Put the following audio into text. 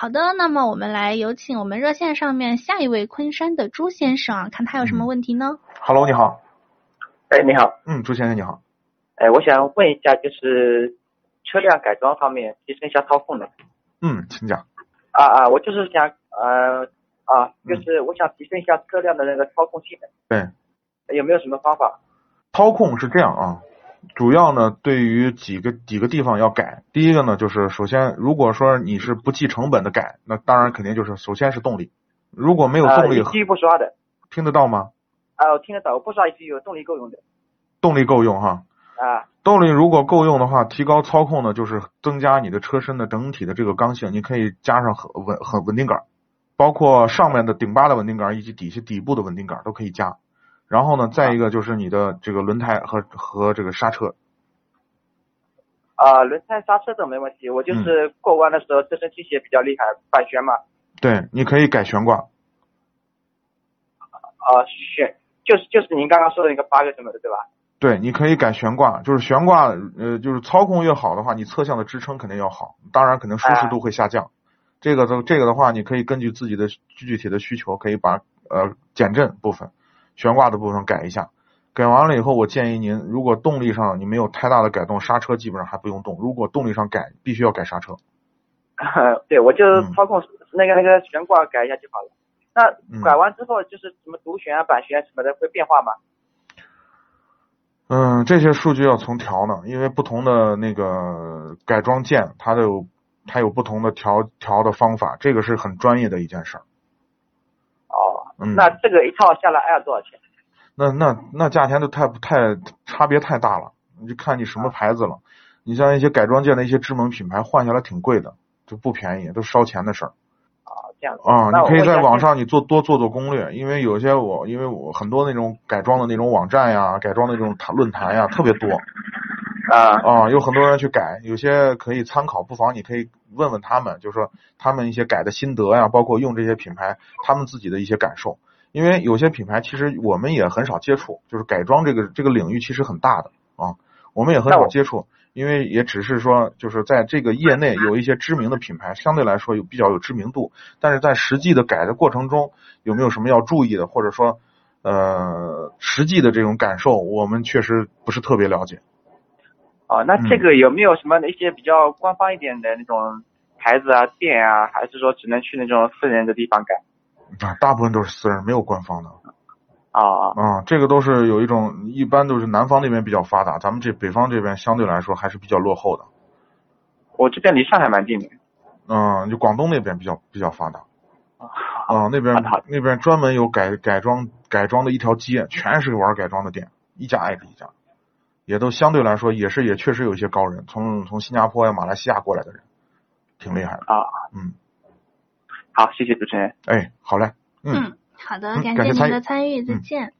好的，那么我们来有请我们热线上面下一位昆山的朱先生啊，看他有什嗯么问题呢？ Hello，你好。哎，你好，嗯，朱先生你好。哎，我想问一下，就是车辆改装方面提升一下操控的。嗯，请讲。啊啊，我就是想，呃，啊，嗯就是我想提升一下车辆的那个操控性能，对，有没有什么方法？操控是这样啊，主要呢对于几个几个地方要改。第一个呢就是，首先如果说你是不计成本的改，那当然肯定就是首先是动力。如果没有啊，动力，一句不刷的。听得到吗？啊，我听得到，我不刷一句有动力够用的。动力够用哈。啊动力如果够用的话，提高操控呢，就是增加你的车身的整体的这个刚性，你可以加上很稳很稳定杆儿，包括上面的顶巴的稳定杆儿以及底下底部的稳定杆儿都可以加。然后呢，再一个就是你的这个轮胎和和这个刹车，啊，轮胎、刹车都没问题，我嗯就是过弯的时候车身倾斜比较厉害，反旋嘛，对，你可以改悬挂，啊，旋就是就是您刚刚说的那个八个什么的，对吧？对，你可以改悬挂，就是悬挂，呃，就是操控越好的话，你侧向的支撑肯定要好，当然肯定舒适度会下降。这个的这个的话，你可以根据自己的具体的需求，可以把呃减震部分、悬挂的部分改一下。改完了以后，我建议您，如果动力上你没有太大的改动，刹车基本上还不用动；如果动力上改，必须要改刹车。 对，我就嗯操控那个那个悬挂改一下就好了。嗯那改完之后就是什么独悬啊、板悬什么的会变化吗？嗯，这些数据要从调呢，因为不同的那个改装件，它都有它有不同的调调的方法，这个是很专业的一件事儿。哦，嗯，那这个一套下来哎要多少钱？那那那价钱都太太差别太大了，你就看你什么牌子了。你像一些改装件的一些知名品牌，换下来挺贵的，就不便宜，都烧钱的事儿哦，这样子啊。那你我可以问一在下网就是上你做多做做攻略，因为有些我因为我很多那种改装的那种网站呀，改装的那种谈论坛呀特别多啊啊，有很多人去改，有些可以参考，不妨你可以问问他们，就是说他们一些改的心得呀，包括用这些品牌他们自己的一些感受。因为有些品牌其实我们也很少接触，就是改装这个这个领域其实很大的啊，我们也很那少我接触，因为也只是说就是在这个业内有一些知名的品牌，相对来说有比较有知名度，但是在实际的改的过程中，有没有什么要注意的，或者说呃实际的这种感受，我们确实不是特别了解。哦，那嗯这个有没有什么一些比较官方一点的那种牌子啊、店啊，还是说只能去那种私人的地方改？啊，大部分都是私人，没有官方的啊、哦，啊。这个都是有一种，一般都是南方那边比较发达，咱们这北方这边相对来说还是比较落后的。我这边离上海蛮近的。嗯，就广东那边比较比较发达啊啊，那边好的好的那边专门有改改装改装的一条街，全是玩改装的店，一家挨着一家，也都相对来说也是也确实有一些高人，从从新加坡呀、马来西亚过来的人，挺厉害的。啊，嗯，好，谢谢主持人。哎，好嘞，嗯好的，嗯感感谢谢您参与的参与，再嗯见。